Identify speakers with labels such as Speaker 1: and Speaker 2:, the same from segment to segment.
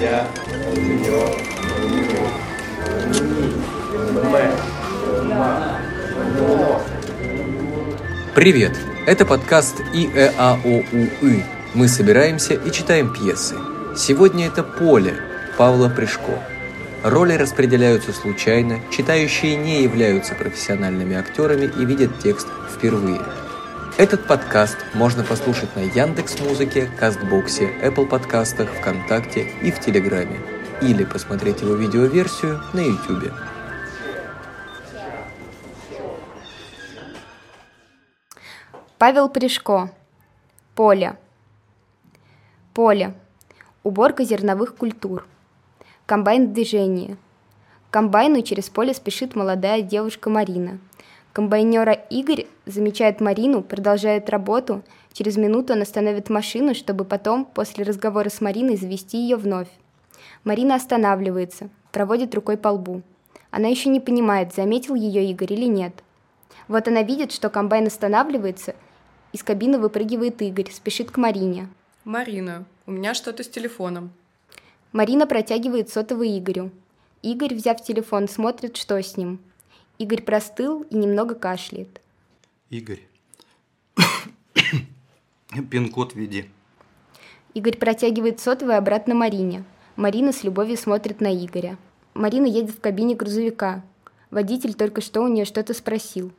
Speaker 1: я ее Б.
Speaker 2: Привет! Это подкаст Э А ИЭАОУИ. Мы собираемся и читаем пьесы. Сегодня это «Поле» Павла Пришко. Роли распределяются случайно, читающие не являются профессиональными актерами и видят текст впервые. Этот подкаст можно послушать на Яндекс Музыке, Кастбоксе, Apple Подкастах, ВКонтакте и в Телеграме. Или посмотреть его видеоверсию на YouTube.
Speaker 3: Павел Пришко. Поле. Поле. Уборка зерновых культур. Комбайн в движении. К комбайну через поле спешит молодая девушка Марина. Комбайнера Игорь замечает Марину, продолжает работу. Через минуту он остановит машину, чтобы потом, после разговора с Мариной, завести ее вновь. Марина останавливается, проводит рукой по лбу. Она еще не понимает, заметил ее Игорь или нет. Вот она видит, что комбайн останавливается, из кабины выпрыгивает Игорь, спешит к Марине.
Speaker 4: Марина, у меня что-то с телефоном.
Speaker 3: Марина протягивает сотовый Игорю. Игорь, взяв телефон, смотрит, что с ним. Игорь простыл и немного кашляет.
Speaker 5: Игорь. Пин-код веди.
Speaker 3: Игорь протягивает сотовый обратно Марине. Марина с любовью смотрит на Игоря. Марина едет в кабине грузовика. Водитель только что у нее что-то спросил.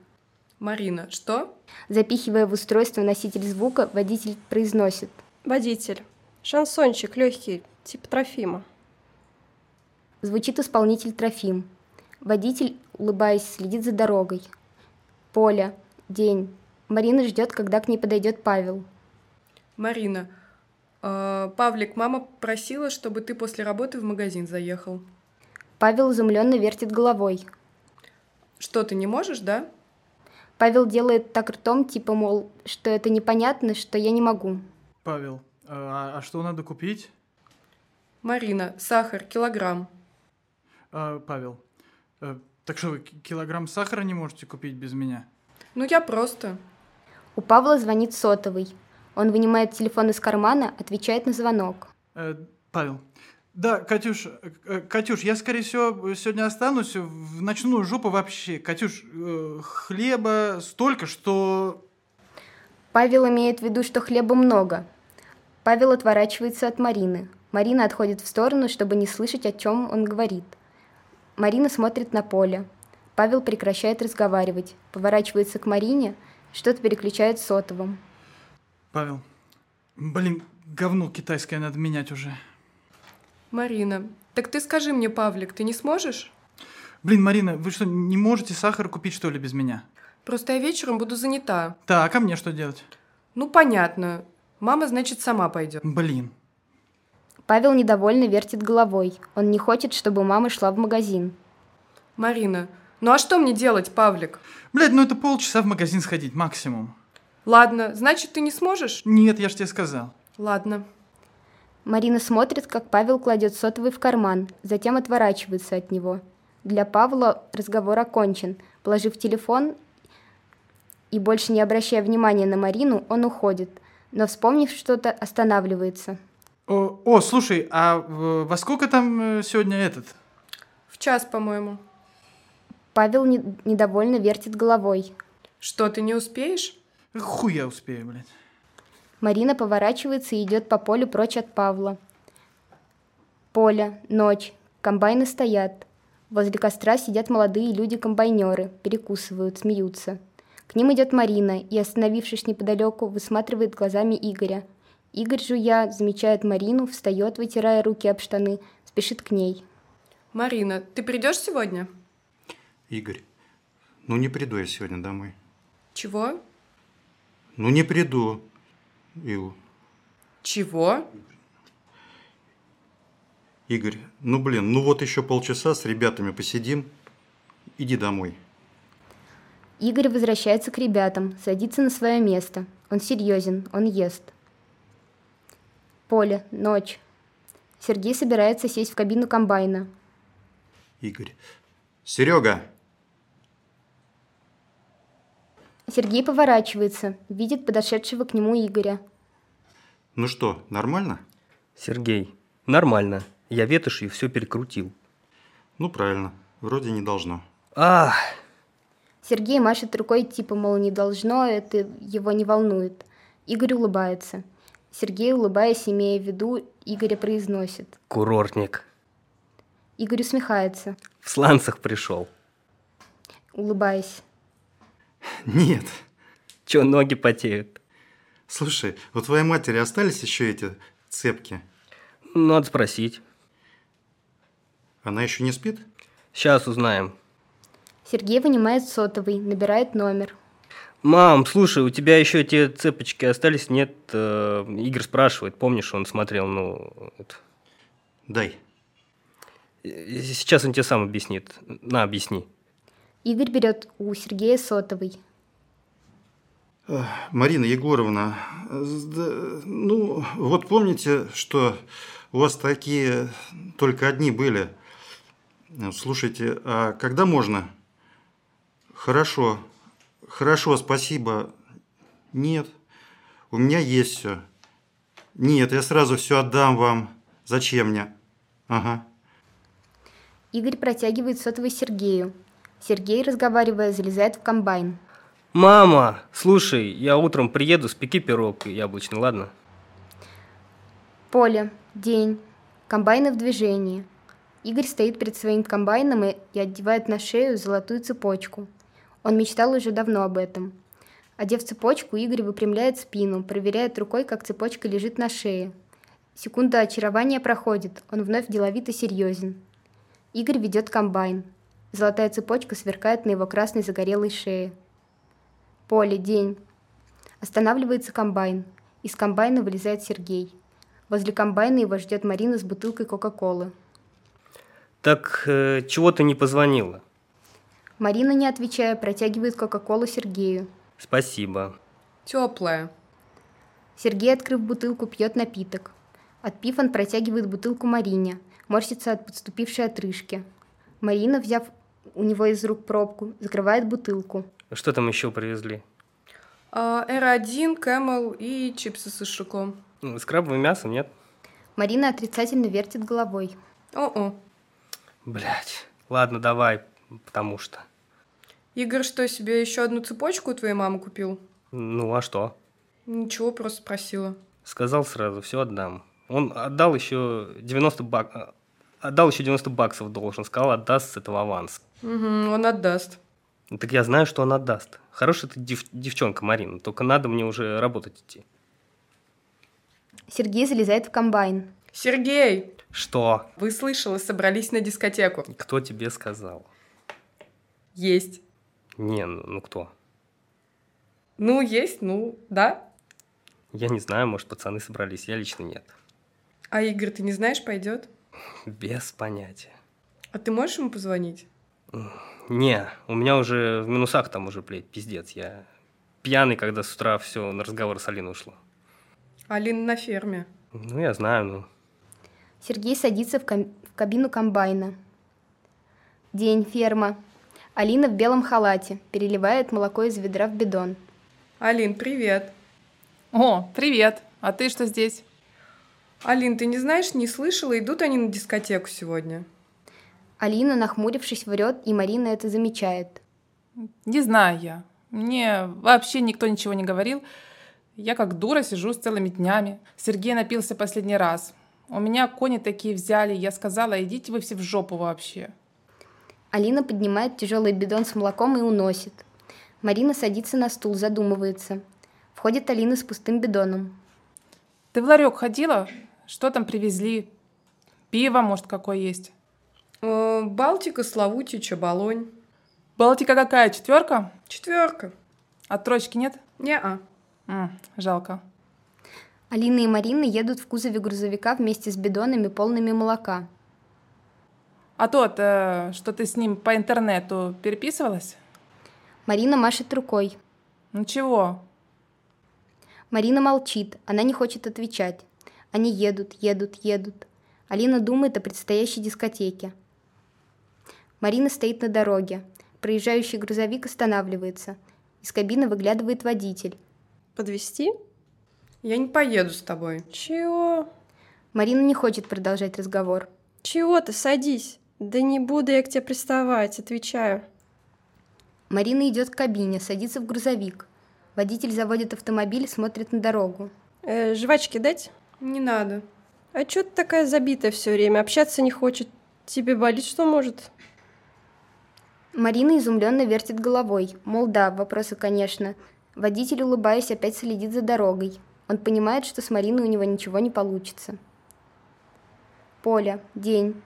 Speaker 4: Марина, что?
Speaker 3: Запихивая в устройство носитель звука, водитель произносит.
Speaker 6: Водитель. Шансончик легкий, типа Трофима.
Speaker 3: Звучит исполнитель Трофим. Водитель, улыбаясь, следит за дорогой. Поле. День. Марина ждет, когда к ней подойдет Павел.
Speaker 4: Марина, э, Павлик, мама просила, чтобы ты после работы в магазин заехал.
Speaker 3: Павел изумленно вертит головой.
Speaker 4: Что, ты не можешь, да?
Speaker 3: Павел делает так ртом, типа, мол, что это непонятно, что я не могу.
Speaker 7: Павел, а, а что надо купить?
Speaker 4: Марина, сахар, килограмм.
Speaker 7: А, Павел, э, так что вы к- килограмм сахара не можете купить без меня?
Speaker 4: Ну я просто.
Speaker 3: У Павла звонит сотовый. Он вынимает телефон из кармана, отвечает на звонок.
Speaker 7: Э, Павел, да, Катюш, э, э, Катюш, я, скорее всего, сегодня останусь в ночную жопу вообще. Катюш, э, хлеба столько, что...
Speaker 3: Павел имеет в виду, что хлеба много. Павел отворачивается от Марины. Марина отходит в сторону, чтобы не слышать, о чем он говорит. Марина смотрит на поле. Павел прекращает разговаривать, поворачивается к Марине, что-то переключает сотовым.
Speaker 7: Павел, блин, говно китайское надо менять уже.
Speaker 4: Марина, так ты скажи мне, Павлик, ты не сможешь?
Speaker 7: Блин, Марина, вы что, не можете сахар купить, что ли, без меня?
Speaker 4: Просто я вечером буду занята.
Speaker 7: Так, а мне что делать?
Speaker 4: Ну понятно. Мама, значит, сама пойдет.
Speaker 7: Блин.
Speaker 3: Павел недовольно вертит головой. Он не хочет, чтобы мама шла в магазин.
Speaker 4: Марина, ну а что мне делать, Павлик?
Speaker 7: Блядь, ну это полчаса в магазин сходить, максимум.
Speaker 4: Ладно, значит, ты не сможешь?
Speaker 7: Нет, я ж тебе сказал.
Speaker 4: Ладно.
Speaker 3: Марина смотрит, как Павел кладет сотовый в карман, затем отворачивается от него. Для Павла разговор окончен. Положив телефон и больше не обращая внимания на Марину, он уходит, но, вспомнив что-то, останавливается.
Speaker 7: О, о, слушай, а э, во сколько там э, сегодня этот?
Speaker 4: В час, по-моему.
Speaker 3: Павел не- недовольно вертит головой.
Speaker 4: Что, ты не успеешь?
Speaker 7: Хуй я успею, блядь.
Speaker 3: Марина поворачивается и идет по полю прочь от Павла. Поле, ночь, комбайны стоят. Возле костра сидят молодые люди-комбайнеры, перекусывают, смеются. К ним идет Марина и, остановившись неподалеку, высматривает глазами Игоря. Игорь, жуя, замечает Марину, встает, вытирая руки об штаны, спешит к ней.
Speaker 4: Марина, ты придешь сегодня?
Speaker 5: Игорь. Ну не приду я сегодня домой.
Speaker 4: Чего?
Speaker 5: Ну не приду. Ил.
Speaker 4: Чего?
Speaker 5: Игорь, ну блин, ну вот еще полчаса с ребятами посидим. Иди домой.
Speaker 3: Игорь возвращается к ребятам, садится на свое место. Он серьезен, он ест. Поле, ночь. Сергей собирается сесть в кабину комбайна.
Speaker 5: Игорь. Серега!
Speaker 3: Сергей поворачивается, видит подошедшего к нему Игоря.
Speaker 5: Ну что, нормально?
Speaker 8: Сергей. Нормально. Я ветошью все перекрутил.
Speaker 5: Ну, правильно. Вроде не должно.
Speaker 8: А,
Speaker 3: Сергей машет рукой, типа, мол, не должно, это его не волнует. Игорь улыбается. Сергей, улыбаясь, имея в виду, Игоря произносит.
Speaker 8: курортник.
Speaker 3: Игорь усмехается,
Speaker 8: В сланцах пришел.
Speaker 3: улыбаясь.
Speaker 5: Нет.
Speaker 8: Че, ноги потеют?
Speaker 5: Слушай, у твоей матери остались еще эти цепки?
Speaker 8: Ну, Надо спросить.
Speaker 5: Она еще не спит?
Speaker 8: Сейчас узнаем.
Speaker 3: Сергей вынимает сотовый, набирает номер.
Speaker 8: Мам, слушай, у тебя еще те цепочки остались? Нет, Э, Игорь спрашивает, помнишь, он смотрел, ну... это.
Speaker 5: Дай.
Speaker 8: Э, Сейчас он тебе сам объяснит. На, объясни.
Speaker 3: Игорь берет у Сергея сотовый.
Speaker 5: Марина Егоровна, э, сда- ну, вот помните, что у вас такие только одни были. Э, Слушайте, а когда можно? Хорошо. Хорошо, спасибо. Нет. У меня есть все. Нет, я сразу все отдам вам. Зачем мне? Ага.
Speaker 3: Игорь протягивает сотовый Сергею. Сергей, разговаривая, залезает в комбайн.
Speaker 8: Мама, слушай, я утром приеду, спеки пирог яблочный, ладно?
Speaker 3: Поле. День. Комбайны в движении. Игорь стоит перед своим комбайном и, и одевает на шею золотую цепочку. Он мечтал уже давно об этом. Одев цепочку, Игорь выпрямляет спину, проверяет рукой, как цепочка лежит на шее. Секунда очарования проходит, он вновь деловито серьезен. Игорь ведет комбайн. Золотая цепочка сверкает на его красной загорелой шее. Поле, день. Останавливается комбайн. Из комбайна вылезает Сергей. Возле комбайна его ждет Марина с бутылкой Кока-Колы.
Speaker 8: Так э, чего ты не позвонила?
Speaker 3: Марина, не отвечая, протягивает Кока-Колу Сергею.
Speaker 8: Спасибо.
Speaker 4: Теплая.
Speaker 3: Сергей, открыв бутылку, пьет напиток. Отпив, он протягивает бутылку Марине, морщится от подступившей отрыжки. Марина, взяв у него из рук пробку, закрывает бутылку.
Speaker 8: Что там еще привезли?
Speaker 4: А, R1, Camel и чипсы с шашлыком.
Speaker 8: Ну, С крабовым мясом, нет?
Speaker 3: Марина отрицательно вертит головой.
Speaker 4: О-о.
Speaker 8: Блять. Ладно, давай, потому что.
Speaker 4: Игорь, что, себе еще одну цепочку у твоей мамы купил?
Speaker 8: Ну а что?
Speaker 4: Ничего, просто спросила.
Speaker 8: Сказал сразу, все отдам. Он отдал еще 90 бак... э, Отдал еще 90 баксов должен. Сказал, отдаст с этого аванс.
Speaker 4: Угу, он отдаст.
Speaker 8: Ну, Так я знаю, что он отдаст. Хорошая ты дев- девчонка, Марина. Только надо мне уже работать идти.
Speaker 3: Сергей залезает в комбайн.
Speaker 4: Сергей,
Speaker 8: Что?
Speaker 4: вы слышала, собрались на дискотеку.
Speaker 8: Кто тебе сказал?
Speaker 4: Есть.
Speaker 8: Не, ну, ну кто?
Speaker 4: Ну, есть, ну, да.
Speaker 8: Я не знаю, может, пацаны собрались, я лично нет.
Speaker 4: А Игорь, ты не знаешь, пойдет?
Speaker 8: Без понятия.
Speaker 4: А ты можешь ему позвонить?
Speaker 8: Не, у меня уже в минусах там уже, блядь, пиздец. Я пьяный, когда с утра все на разговор с Алиной ушло.
Speaker 4: Алина на ферме.
Speaker 8: Ну, я знаю, ну.
Speaker 3: Сергей садится в, кам- в кабину комбайна. День ферма. Алина в белом халате переливает молоко из ведра в бидон.
Speaker 4: Алин, привет.
Speaker 9: О, привет! А ты что здесь?
Speaker 4: Алин, ты не знаешь, не слышала, идут они на дискотеку сегодня.
Speaker 3: Алина, нахмурившись, врет, и Марина это замечает.
Speaker 9: Не знаю я. Мне вообще никто ничего не говорил. Я как дура сижу с целыми днями. Сергей напился последний раз. У меня кони такие взяли. Я сказала, идите вы все в жопу вообще.
Speaker 3: Алина поднимает тяжелый бидон с молоком и уносит. Марина садится на стул, задумывается. Входит Алина с пустым бидоном.
Speaker 9: Ты в ларек ходила? Что там привезли? Пиво, может, какое есть?
Speaker 4: Э, Балтика, Славутича, Болонь.
Speaker 9: Балтика какая? Четверка?
Speaker 4: Четверка.
Speaker 9: От троечки нет?
Speaker 4: Не-а.
Speaker 9: М, жалко.
Speaker 3: Алина и Марина едут в кузове грузовика вместе с бидонами, полными молока.
Speaker 9: А тот, э, что ты с ним по интернету переписывалась?
Speaker 3: Марина машет рукой.
Speaker 9: Ну чего?
Speaker 3: Марина молчит, она не хочет отвечать. Они едут, едут, едут. Алина думает о предстоящей дискотеке. Марина стоит на дороге. Проезжающий грузовик останавливается. Из кабины выглядывает водитель.
Speaker 6: Подвести?
Speaker 4: Я не поеду с тобой.
Speaker 6: Чего?
Speaker 3: Марина не хочет продолжать разговор.
Speaker 6: Чего ты, садись. Да не буду я к тебе приставать, отвечаю.
Speaker 3: Марина идет к кабине, садится в грузовик. Водитель заводит автомобиль, смотрит на дорогу.
Speaker 6: «Э, жвачки дать?
Speaker 4: Не надо.
Speaker 6: А чё ты такая забитая все время? Общаться не хочет. Тебе болит что может?
Speaker 3: Марина изумленно вертит головой. Мол, да, вопросы, конечно. Водитель, улыбаясь, опять следит за дорогой. Он понимает, что с Мариной у него ничего не получится. Поле. День.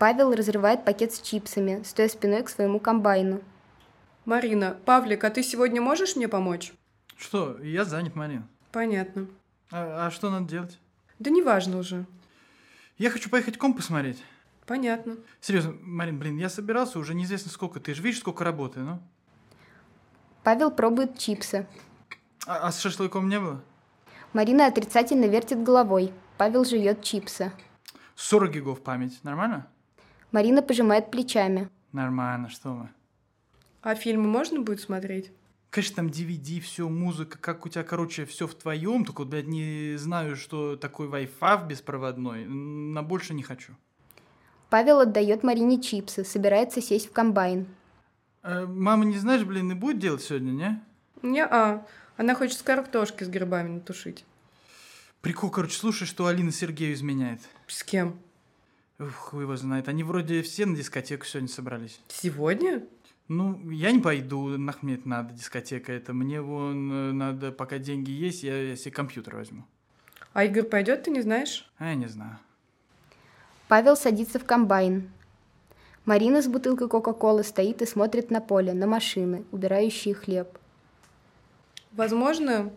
Speaker 3: Павел разрывает пакет с чипсами, стоя спиной к своему комбайну.
Speaker 4: Марина, Павлик, а ты сегодня можешь мне помочь?
Speaker 7: Что, я занят, Марин.
Speaker 4: Понятно.
Speaker 7: А, а что надо делать?
Speaker 4: Да неважно уже.
Speaker 7: Я хочу поехать комп посмотреть.
Speaker 4: Понятно.
Speaker 7: Серьезно, Марин, блин, я собирался уже неизвестно сколько. Ты же видишь, сколько работы, ну?
Speaker 3: Павел пробует чипсы.
Speaker 7: А, а с шашлыком не было?
Speaker 3: Марина отрицательно вертит головой. Павел жует чипсы.
Speaker 7: 40 гигов память. Нормально?
Speaker 3: Марина пожимает плечами.
Speaker 7: Нормально, что вы.
Speaker 4: А фильмы можно будет смотреть?
Speaker 7: Конечно, там DVD, все, музыка, как у тебя, короче, все в твоем, только, вот, блядь, не знаю, что такое Wi-Fi беспроводной, М, на больше не хочу.
Speaker 3: Павел отдает Марине чипсы, собирается сесть в комбайн.
Speaker 7: Э, мама, не знаешь, блин, и будет делать сегодня, не?
Speaker 4: Не-а. Она хочет с картошки с грибами натушить.
Speaker 7: Прикол, короче, слушай, что Алина Сергею изменяет.
Speaker 4: С кем?
Speaker 7: Ух, хуй его знает, они вроде все на дискотеку сегодня собрались.
Speaker 4: Сегодня?
Speaker 7: Ну, я не пойду, нах мне это надо, дискотека это, мне вон э, надо, пока деньги есть, я, я себе компьютер возьму.
Speaker 4: А Игорь пойдет, ты не знаешь?
Speaker 7: А я не знаю.
Speaker 3: Павел садится в комбайн. Марина с бутылкой Кока-Колы стоит и смотрит на поле, на машины, убирающие хлеб.
Speaker 4: Возможно,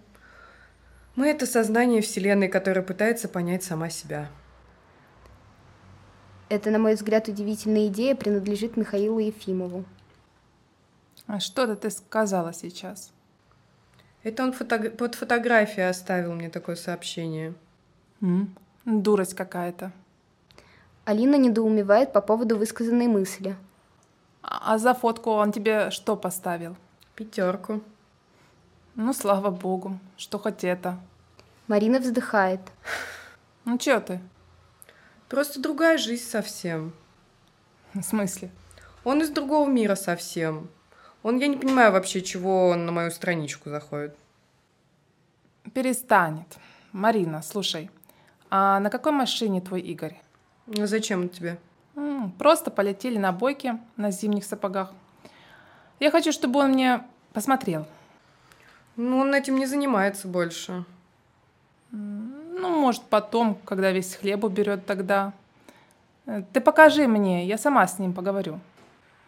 Speaker 4: мы это сознание Вселенной, которое пытается понять сама себя.
Speaker 3: Эта, на мой взгляд, удивительная идея принадлежит Михаилу Ефимову.
Speaker 9: А что-то ты сказала сейчас.
Speaker 4: Это он фото- под фотографией оставил мне такое сообщение.
Speaker 9: М? Дурость какая-то.
Speaker 3: Алина недоумевает по поводу высказанной мысли.
Speaker 9: А а за фотку он тебе что поставил?
Speaker 4: Пятерку.
Speaker 9: Ну, слава богу, что хоть это.
Speaker 3: Марина вздыхает.
Speaker 9: Ну, чё ты?
Speaker 4: Просто другая жизнь совсем.
Speaker 9: В смысле?
Speaker 4: Он из другого мира совсем. Он, я не понимаю вообще, чего он на мою страничку заходит.
Speaker 9: Перестанет. Марина, слушай, а на какой машине твой Игорь?
Speaker 4: Ну, зачем он тебе?
Speaker 9: М, Просто полетели на бойке на зимних сапогах. Я хочу, чтобы он мне посмотрел.
Speaker 4: Ну, он этим не занимается больше.
Speaker 9: Ну, может, потом, когда весь хлеб уберет тогда. Э, Ты покажи мне, я сама с ним поговорю.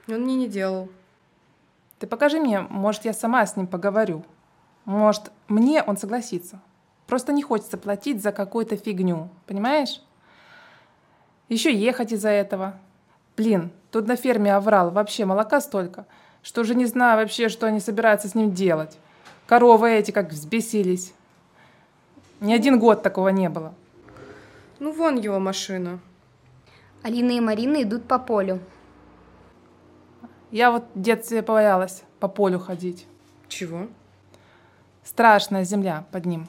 Speaker 4: Он мне не делал.
Speaker 9: Ты покажи мне, может, я сама с ним поговорю. Может, мне он согласится. Просто не хочется платить за какую-то фигню, понимаешь? Еще ехать из-за этого. Блин, тут на ферме оврал вообще молока столько, что уже не знаю вообще, что они собираются с ним делать. Коровы эти как взбесились. Ни один год такого не было.
Speaker 4: Ну, вон его машина.
Speaker 3: Алина и Марина идут по полю.
Speaker 9: Я вот в детстве боялась по полю ходить.
Speaker 4: Чего?
Speaker 9: Страшная земля под ним.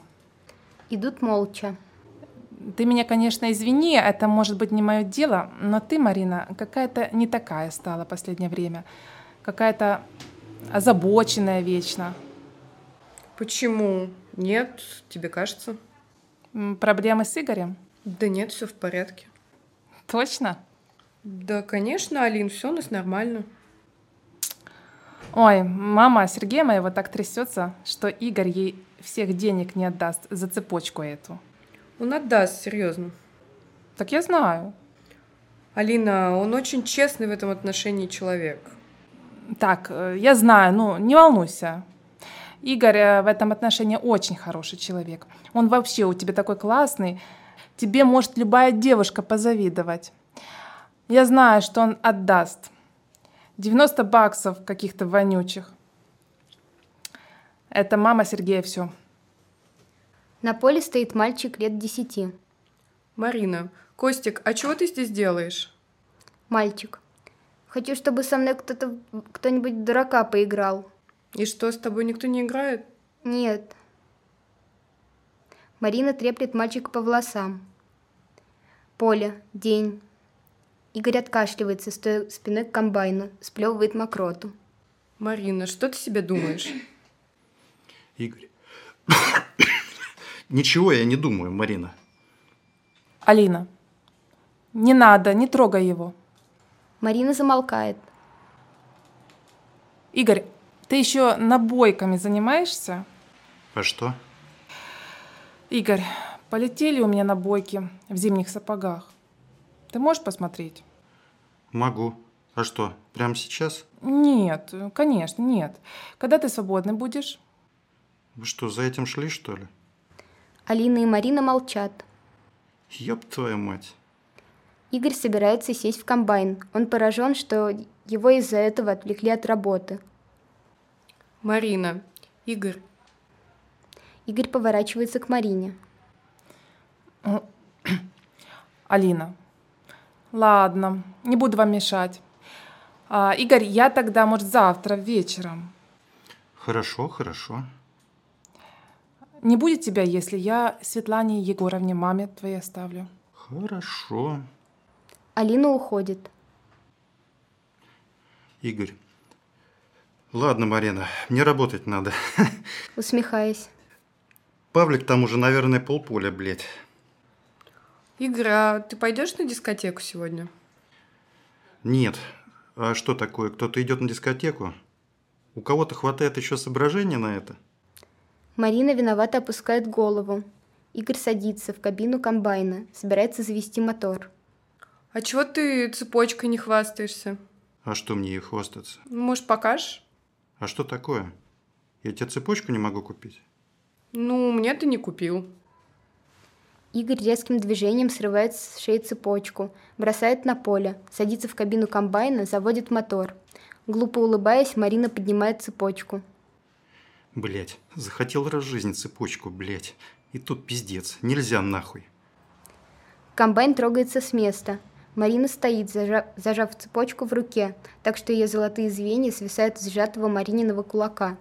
Speaker 3: Идут молча.
Speaker 9: Ты меня, конечно, извини, это может быть не мое дело, но ты, Марина, какая-то не такая стала последнее время. Какая-то озабоченная вечно.
Speaker 4: Почему? Нет, тебе кажется?
Speaker 9: М, Проблемы с Игорем?
Speaker 4: Да нет, все в порядке.
Speaker 9: Точно?
Speaker 4: Да, конечно, Алин, все у нас нормально.
Speaker 9: Ой, мама Сергея моего так трясется, что Игорь ей всех денег не отдаст за цепочку эту.
Speaker 4: Он отдаст, серьезно.
Speaker 9: Так я знаю.
Speaker 4: Алина, он очень честный в этом отношении человек.
Speaker 9: Так, э, я знаю, ну не волнуйся. Игорь э, в этом отношении очень хороший человек. Он вообще у тебя такой классный. Тебе может любая девушка позавидовать. Я знаю, что он отдаст. 90 баксов каких-то вонючих. Это мама Сергея все.
Speaker 3: На поле стоит мальчик лет десяти.
Speaker 4: Марина, Костик, а чего ты здесь делаешь?
Speaker 3: Мальчик. Хочу, чтобы со мной кто-то, кто-нибудь в дурака поиграл.
Speaker 4: И что, с тобой никто не играет?
Speaker 3: Нет. Марина треплет мальчика по волосам. Поле. День. Игорь откашливается, стоя спиной к комбайну, сплевывает мокроту.
Speaker 4: Марина, что ты себе думаешь?
Speaker 5: Игорь. Ничего я не думаю, Марина.
Speaker 9: Алина, не надо, не трогай его.
Speaker 3: Марина замолкает.
Speaker 9: Игорь, ты еще набойками занимаешься?
Speaker 5: А что?
Speaker 9: Игорь, полетели у меня набойки в зимних сапогах. Ты можешь посмотреть?
Speaker 5: Могу. А что, прямо сейчас?
Speaker 9: Нет, конечно, нет. Когда ты свободный будешь?
Speaker 5: Вы что, за этим шли, что ли?
Speaker 3: Алина и Марина молчат.
Speaker 5: Ёб твою мать.
Speaker 3: Игорь собирается сесть в комбайн. Он поражен, что его из-за этого отвлекли от работы.
Speaker 4: Марина, Игорь,
Speaker 3: Игорь поворачивается к Марине.
Speaker 9: Алина. Ладно, не буду вам мешать. А, Игорь, я тогда, может, завтра вечером.
Speaker 5: Хорошо, хорошо.
Speaker 9: Не будет тебя, если я Светлане Егоровне, маме твоей оставлю.
Speaker 5: Хорошо.
Speaker 3: Алина уходит.
Speaker 5: Игорь. Ладно, Марина, мне работать надо.
Speaker 3: Усмехаясь.
Speaker 5: Павлик там уже, наверное, полполя, блядь.
Speaker 4: Игорь, а ты пойдешь на дискотеку сегодня?
Speaker 5: Нет. А что такое? Кто-то идет на дискотеку? У кого-то хватает еще соображения на это?
Speaker 3: Марина виновато опускает голову. Игорь садится в кабину комбайна, собирается завести мотор.
Speaker 4: А чего ты цепочкой не хвастаешься?
Speaker 5: А что мне ей хвастаться?
Speaker 4: Ну, Может, покажешь?
Speaker 5: А что такое? Я тебе цепочку не могу купить?
Speaker 4: Ну, мне ты не купил.
Speaker 3: Игорь резким движением срывает с шеи цепочку, бросает на поле, садится в кабину комбайна, заводит мотор. Глупо улыбаясь, Марина поднимает цепочку.
Speaker 5: Блять, захотел раз в жизни цепочку, блять. И тут пиздец, нельзя нахуй.
Speaker 3: Комбайн трогается с места. Марина стоит, зажа- зажав цепочку в руке, так что ее золотые звенья свисают с сжатого Марининого кулака.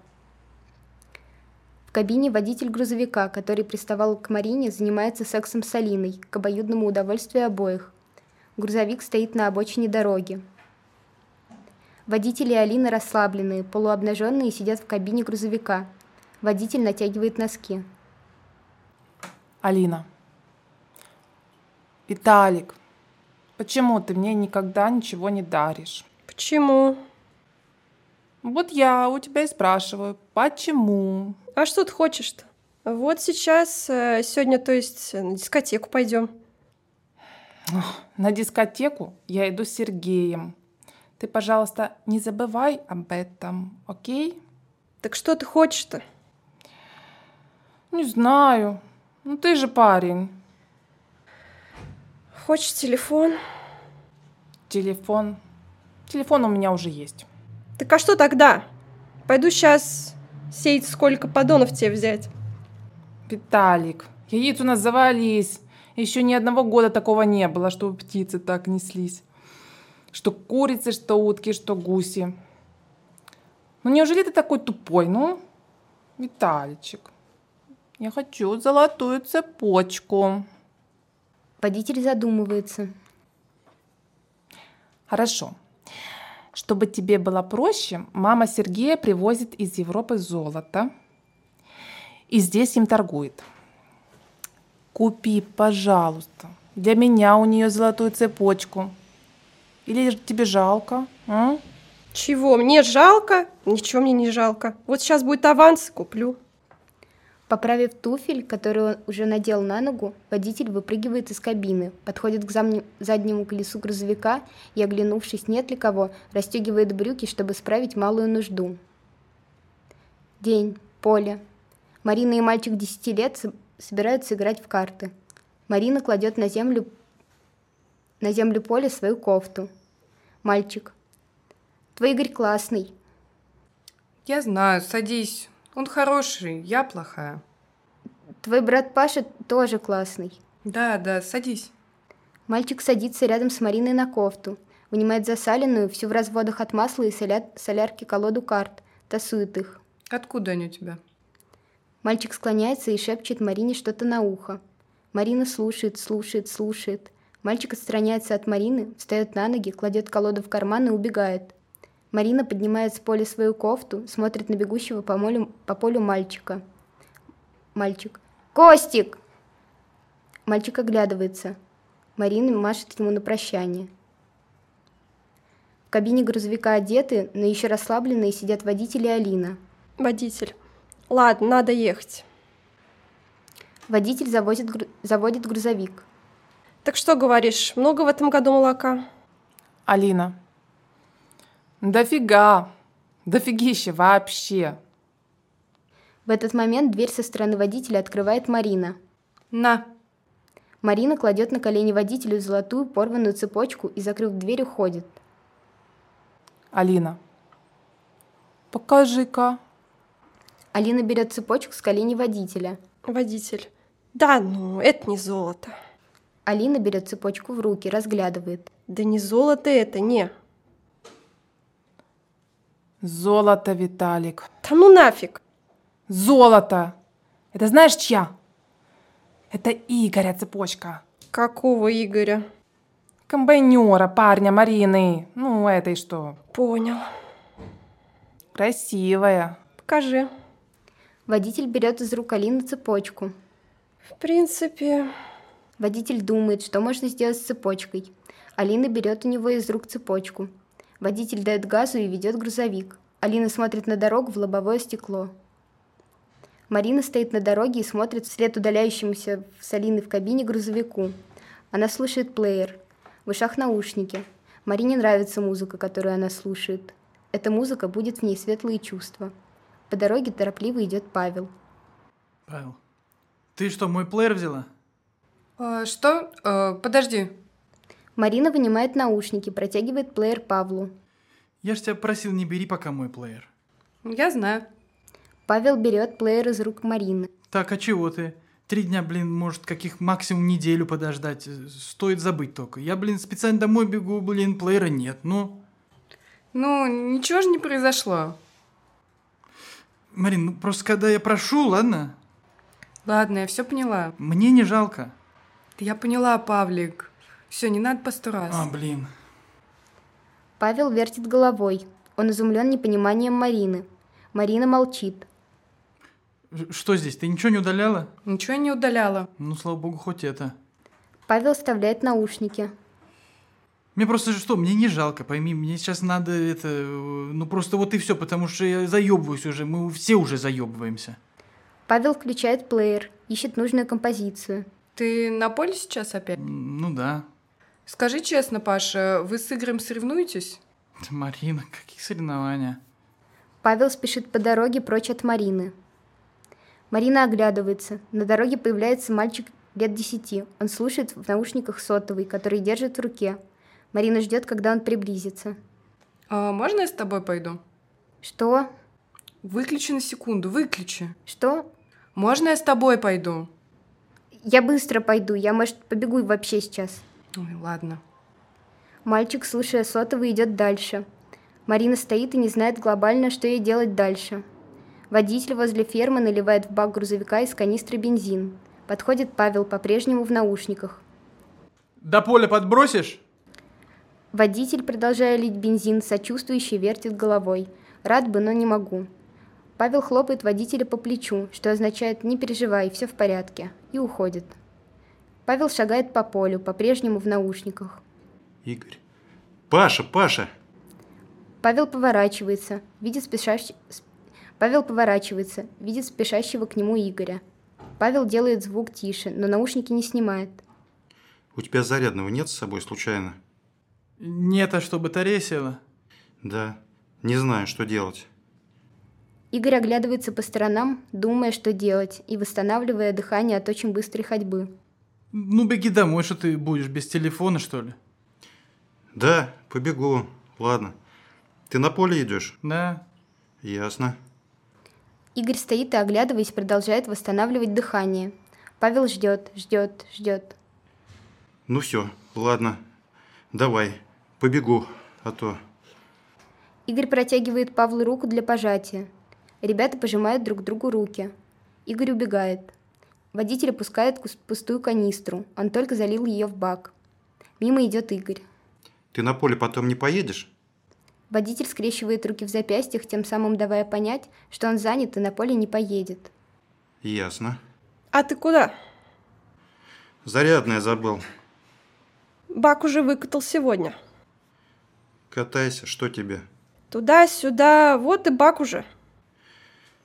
Speaker 3: В кабине водитель грузовика, который приставал к Марине, занимается сексом с Алиной, к обоюдному удовольствию обоих. Грузовик стоит на обочине дороги. Водители и Алина расслабленные, полуобнаженные сидят в кабине грузовика. Водитель натягивает носки.
Speaker 9: Алина. Виталик, почему ты мне никогда ничего не даришь?
Speaker 6: Почему?
Speaker 9: Вот я у тебя и спрашиваю, почему?
Speaker 6: А что ты хочешь-то? Вот сейчас, э, сегодня, то есть, э, на дискотеку пойдем.
Speaker 9: На дискотеку я иду с Сергеем. Ты, пожалуйста, не забывай об этом, окей?
Speaker 6: Так что ты хочешь-то?
Speaker 9: Не знаю. Ну ты же парень.
Speaker 6: Хочешь телефон?
Speaker 9: Телефон. Телефон у меня уже есть.
Speaker 6: Так а что тогда? Пойду сейчас сеять, сколько подонов тебе взять.
Speaker 9: Виталик, яиц у нас завались. Еще ни одного года такого не было, чтобы птицы так неслись. Что курицы, что утки, что гуси. Ну неужели ты такой тупой, ну? Виталичек, я хочу золотую цепочку.
Speaker 3: Водитель задумывается.
Speaker 9: Хорошо. Чтобы тебе было проще, мама Сергея привозит из Европы золото. И здесь им торгует. Купи, пожалуйста, для меня у нее золотую цепочку. Или ж- тебе жалко? а?
Speaker 6: Чего? Мне жалко? Ничего мне не жалко. Вот сейчас будет аванс, куплю.
Speaker 3: Поправив туфель, который он уже надел на ногу, водитель выпрыгивает из кабины, подходит к замне- заднему колесу грузовика и, оглянувшись, нет ли кого, расстегивает брюки, чтобы справить малую нужду. День. Поле. Марина и мальчик 10 лет со- собираются играть в карты. Марина кладет на землю, на землю поля свою кофту. Мальчик. Твой Игорь классный.
Speaker 4: Я знаю, садись. Он хороший, я плохая.
Speaker 3: Твой брат Паша тоже классный.
Speaker 4: Да, да, садись.
Speaker 3: Мальчик садится рядом с Мариной на кофту, вынимает засаленную, всю в разводах от масла и соля- солярки колоду карт, тасует их.
Speaker 4: Откуда они у тебя?
Speaker 3: Мальчик склоняется и шепчет Марине что-то на ухо. Марина слушает, слушает, слушает. Мальчик отстраняется от Марины, встает на ноги, кладет колоду в карман и убегает. Марина поднимает с поля свою кофту, смотрит на бегущего по, молю- по полю мальчика. Мальчик. «Костик!» Мальчик оглядывается. Марина машет ему на прощание. В кабине грузовика одеты, но еще расслабленные сидят водители Алина.
Speaker 6: Водитель. Ладно, надо ехать.
Speaker 3: Водитель завозит, гру- заводит грузовик.
Speaker 6: Так что говоришь, много в этом году молока?
Speaker 9: Алина. Дофига. Дофигища вообще.
Speaker 3: В этот момент дверь со стороны водителя открывает Марина.
Speaker 4: На.
Speaker 3: Марина кладет на колени водителю золотую порванную цепочку и, закрыв дверь, уходит.
Speaker 9: Алина. Покажи-ка.
Speaker 3: Алина берет цепочку с колени водителя.
Speaker 6: Водитель. Да ну, это не золото.
Speaker 3: Алина берет цепочку в руки, разглядывает.
Speaker 6: Да не золото это, не.
Speaker 9: Золото, Виталик.
Speaker 6: Да ну нафиг.
Speaker 9: Золото. Это знаешь чья? Это Игоря цепочка.
Speaker 6: Какого Игоря?
Speaker 9: Комбайнера, парня Марины. Ну, этой что?
Speaker 6: Понял.
Speaker 9: Красивая.
Speaker 6: Покажи.
Speaker 3: Водитель берет из рук Алины цепочку.
Speaker 6: В принципе,
Speaker 3: Водитель думает, что можно сделать с цепочкой. Алина берет у него из рук цепочку. Водитель дает газу и ведет грузовик. Алина смотрит на дорогу в лобовое стекло. Марина стоит на дороге и смотрит вслед удаляющемуся с Алины в кабине грузовику. Она слушает плеер. В ушах наушники. Марине нравится музыка, которую она слушает. Эта музыка будет в ней светлые чувства. По дороге торопливо идет Павел.
Speaker 7: Павел, ты что, мой плеер взяла?
Speaker 4: А, что? Э, подожди.
Speaker 3: Марина вынимает наушники, протягивает плеер Павлу.
Speaker 7: Я ж тебя просил, не бери пока мой плеер.
Speaker 4: Я знаю.
Speaker 3: Павел берет плеер из рук Марины.
Speaker 7: Так, а чего ты? Три дня, блин, может, каких максимум неделю подождать. Э, Стоит забыть только. Я, блин, специально домой бегу, блин, плеера нет. Ну,
Speaker 4: Ну, ничего же не произошло.
Speaker 7: Марин, ну просто когда я прошу, ладно?
Speaker 4: Ладно, я все поняла.
Speaker 7: Мне не жалко.
Speaker 4: Да я поняла, Павлик. Все, не надо по сто раз.
Speaker 7: А, блин.
Speaker 3: Павел вертит головой. Он изумлен непониманием Марины. Марина молчит.
Speaker 7: Ж- Что здесь? Ты ничего не удаляла?
Speaker 4: Ничего я не удаляла.
Speaker 7: Ну, слава богу, хоть это.
Speaker 3: Павел вставляет наушники.
Speaker 7: Мне просто же что, мне не жалко, пойми, мне сейчас надо это, э, ну просто вот и все, потому что я заебываюсь уже, мы все уже заебываемся.
Speaker 3: Павел включает плеер, ищет нужную композицию.
Speaker 4: Ты на поле сейчас опять?
Speaker 7: М, Ну да.
Speaker 4: Скажи честно, Паша, вы с Игорем соревнуетесь?
Speaker 7: Т, Марина, какие соревнования?
Speaker 3: Павел спешит по дороге прочь от Марины. Марина оглядывается. На дороге появляется мальчик лет десяти. Он слушает в наушниках сотовый, который держит в руке. Марина ждет, когда он приблизится.
Speaker 4: А, можно я с тобой пойду?
Speaker 3: Что?
Speaker 4: Выключи на секунду, выключи.
Speaker 3: Что?
Speaker 4: Можно я с тобой пойду?
Speaker 3: Я быстро пойду, я, может, побегу вообще сейчас.
Speaker 4: Ой, ладно.
Speaker 3: Мальчик, слушая сотовый, идет дальше. Марина стоит и не знает глобально, что ей делать дальше. Водитель возле фермы наливает в бак грузовика из канистры бензин. Подходит Павел по-прежнему в наушниках.
Speaker 7: До поля подбросишь?
Speaker 3: Водитель, продолжая лить бензин, сочувствующе вертит головой. Рад бы, но не могу. Павел хлопает водителя по плечу, что означает «не переживай, все в порядке», и уходит. Павел шагает по полю, по-прежнему в наушниках.
Speaker 5: Игорь. Паша, Паша.
Speaker 3: Павел поворачивается, видит спешащ- с- Павел поворачивается, видит спешащего к нему Игоря. Павел делает звук тише, но наушники не снимает.
Speaker 5: У тебя зарядного нет с собой случайно?
Speaker 7: Нет, а что, батарея села?
Speaker 5: Да. Не знаю, что делать.
Speaker 3: Игорь оглядывается по сторонам, думая, что делать, и восстанавливая дыхание от очень быстрой ходьбы.
Speaker 7: Ну беги домой, что ты будешь, без телефона, что ли?
Speaker 5: Да, побегу. Ладно. Ты на поле идешь?
Speaker 7: Да.
Speaker 5: Ясно.
Speaker 3: Игорь стоит и, оглядываясь, продолжает восстанавливать дыхание. Павел ждет, ждет, ждет.
Speaker 5: Ну все, ладно. Давай, побегу, а то...
Speaker 3: Игорь протягивает Павлу руку для пожатия. Ребята пожимают друг другу руки. Игорь убегает. Водитель опускает кус- пустую канистру. Он только залил ее в бак. Мимо идет Игорь.
Speaker 5: Ты на поле потом не поедешь?
Speaker 3: Водитель скрещивает руки в запястьях, тем самым давая понять, что он занят и на поле не поедет.
Speaker 5: Ясно.
Speaker 6: А ты куда?
Speaker 5: Зарядное забыл.
Speaker 6: Бак уже выкатал сегодня.
Speaker 5: Катайся, что тебе?
Speaker 6: Туда-сюда, вот и бак уже.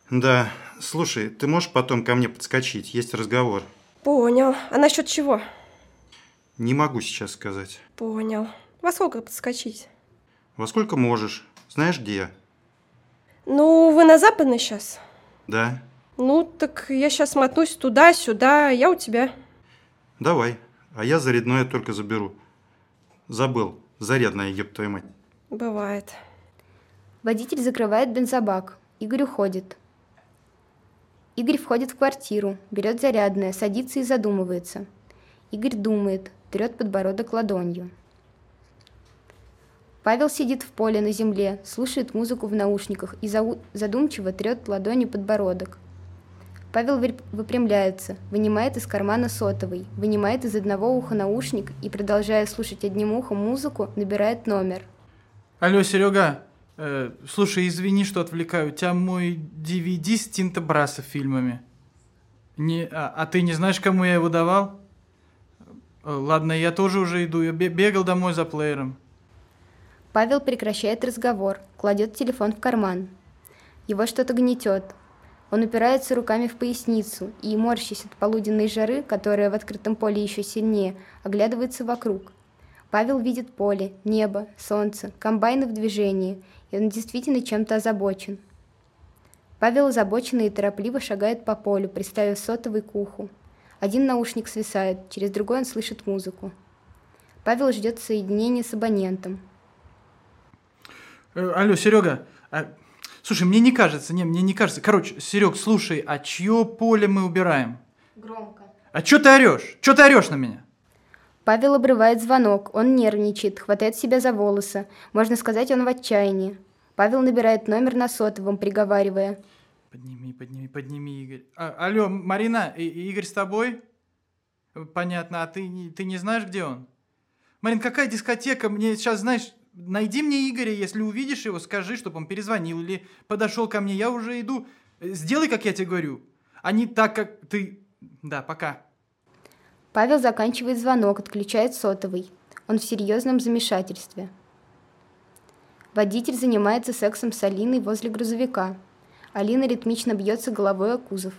Speaker 5: Да, слушай, ты можешь потом ко мне подскочить? Есть разговор.
Speaker 6: Понял. А насчет чего?
Speaker 5: Не могу сейчас сказать.
Speaker 6: Понял. Во сколько подскочить?
Speaker 5: Во сколько можешь? Знаешь, где я?
Speaker 6: Ну, вы на западной сейчас?
Speaker 5: Да.
Speaker 6: Ну, так я сейчас мотнусь туда-сюда, а я у тебя.
Speaker 5: Давай. А я зарядное только заберу. Забыл. Зарядное, еб твою мать.
Speaker 6: Бывает.
Speaker 3: Водитель закрывает бензобак. Игорь уходит. Игорь входит в квартиру, берет зарядное, садится и задумывается. Игорь думает, трет подбородок ладонью. Павел сидит в поле на земле, слушает музыку в наушниках и зау- задумчиво трет ладонью подбородок. Павел вып- выпрямляется, вынимает из кармана сотовый, вынимает из одного уха наушник и, продолжая слушать одним ухом музыку, набирает номер.
Speaker 7: Алло, Серега, э, слушай, извини, что отвлекаю. У тебя мой DVD с Тинта Браса фильмами. Не, а, а ты не знаешь, кому я его давал? Э, Ладно, я тоже уже иду. Я бе- бегал домой за плеером.
Speaker 3: Павел прекращает разговор, кладет телефон в карман. Его что-то гнетет. Он упирается руками в поясницу и, морщись от полуденной жары, которая в открытом поле еще сильнее, оглядывается вокруг. Павел видит поле, небо, солнце, комбайны в движении, и он действительно чем-то озабочен. Павел озабоченно и торопливо шагает по полю, приставив сотовый к уху. Один наушник свисает, через другой он слышит музыку. Павел ждет соединения с абонентом,
Speaker 7: Э, Алло, Серега, а, слушай, мне не кажется, не, мне не кажется. Короче, Серег, слушай, а чье поле мы убираем?
Speaker 3: Громко.
Speaker 7: А чё ты орешь? Чё ты орешь на меня?
Speaker 3: Павел обрывает звонок, он нервничает, хватает себя за волосы. Можно сказать, он в отчаянии. Павел набирает номер на сотовом, приговаривая.
Speaker 7: Подними, подними, подними, Игорь. А, алло, Марина, И- и Игорь с тобой? Э, Понятно, а ты, не- ты не знаешь, где он? Марин, какая дискотека? Мне сейчас, знаешь, найди мне Игоря, если увидишь его, скажи, чтобы он перезвонил или подошел ко мне, я уже иду. Э, Сделай, как я тебе говорю, а не так, как ты... Да, пока.
Speaker 3: Павел заканчивает звонок, отключает сотовый. Он в серьезном замешательстве. Водитель занимается сексом с Алиной возле грузовика. Алина ритмично бьется головой о кузов.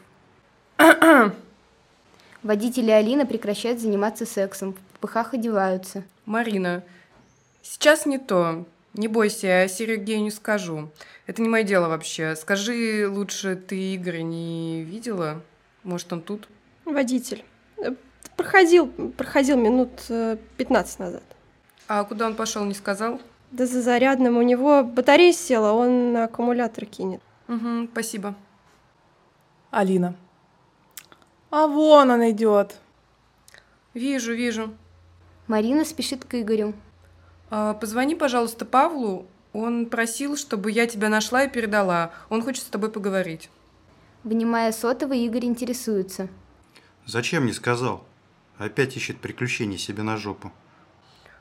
Speaker 3: Водитель и Алина прекращают заниматься сексом, в пыхах одеваются.
Speaker 4: Марина, сейчас не то. Не бойся, я Сереге не скажу. Это не мое дело вообще. Скажи лучше, ты Игоря не видела? Может, он тут?
Speaker 6: Водитель. Э, Проходил, проходил минут э, 15 назад.
Speaker 4: А куда он пошел, не сказал?
Speaker 6: Да за зарядным у него батарея села, он на аккумулятор кинет.
Speaker 4: Угу, спасибо.
Speaker 9: Алина. А вон он идет.
Speaker 4: Вижу, вижу.
Speaker 3: Марина спешит к Игорю.
Speaker 4: А, позвони, пожалуйста, Павлу. Он просил, чтобы я тебя нашла и передала. Он хочет с тобой поговорить.
Speaker 3: Вынимая сотовый, Игорь интересуется.
Speaker 5: Зачем не сказал? Опять ищет приключений себе на жопу.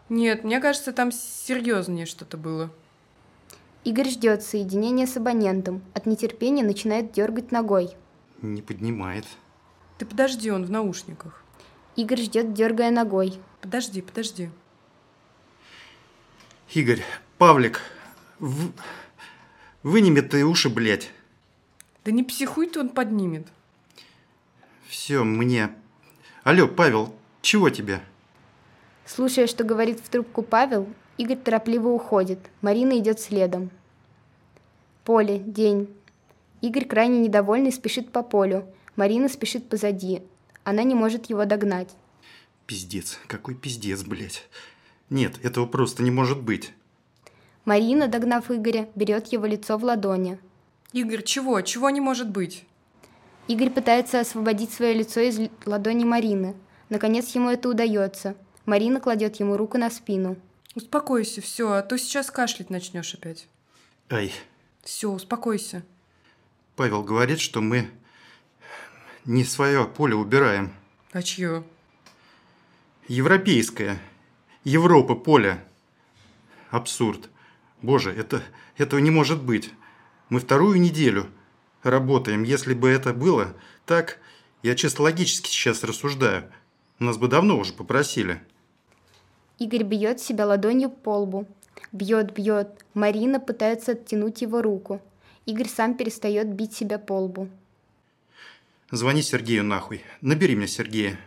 Speaker 4: Нет, мне кажется, там серьезнее что-то было.
Speaker 3: Игорь ждет соединения с абонентом. От нетерпения начинает дергать ногой.
Speaker 5: Не поднимает.
Speaker 4: Ты подожди, он в наушниках.
Speaker 3: Игорь ждет, дергая ногой.
Speaker 4: Подожди, подожди.
Speaker 5: Игорь, Павлик, в... выними ты уши, блядь.
Speaker 4: Да не психуй ты, он поднимет.
Speaker 5: Все, мне. Алло, Павел, чего тебе?
Speaker 3: Слушая, что говорит в трубку Павел, Игорь торопливо уходит. Марина идет следом. Поле, день. Игорь крайне недовольный спешит по полю. Марина спешит позади. Она не может его догнать.
Speaker 5: Пиздец, какой пиздец, блядь. Нет, этого просто не может быть.
Speaker 3: Марина, догнав Игоря, берет его лицо в ладони.
Speaker 4: Игорь, чего? Чего не может быть?
Speaker 3: Игорь пытается освободить свое лицо из л- ладони Марины. Наконец ему это удается. Марина кладет ему руку на спину.
Speaker 4: Успокойся, все, а то сейчас кашлять начнешь опять.
Speaker 5: Ай,
Speaker 4: Все, успокойся.
Speaker 5: Павел говорит, что мы не свое поле убираем.
Speaker 4: А чье?
Speaker 5: Европейское. Европы, Поля. Абсурд. Боже, это, этого не может быть. Мы вторую неделю работаем. Если бы это было так, я чисто логически сейчас рассуждаю. Нас бы давно уже попросили.
Speaker 3: Игорь бьет себя ладонью по лбу. Бьет, бьет. Марина пытается оттянуть его руку. Игорь сам перестает бить себя по лбу.
Speaker 5: Звони Сергею нахуй. Набери меня Сергея.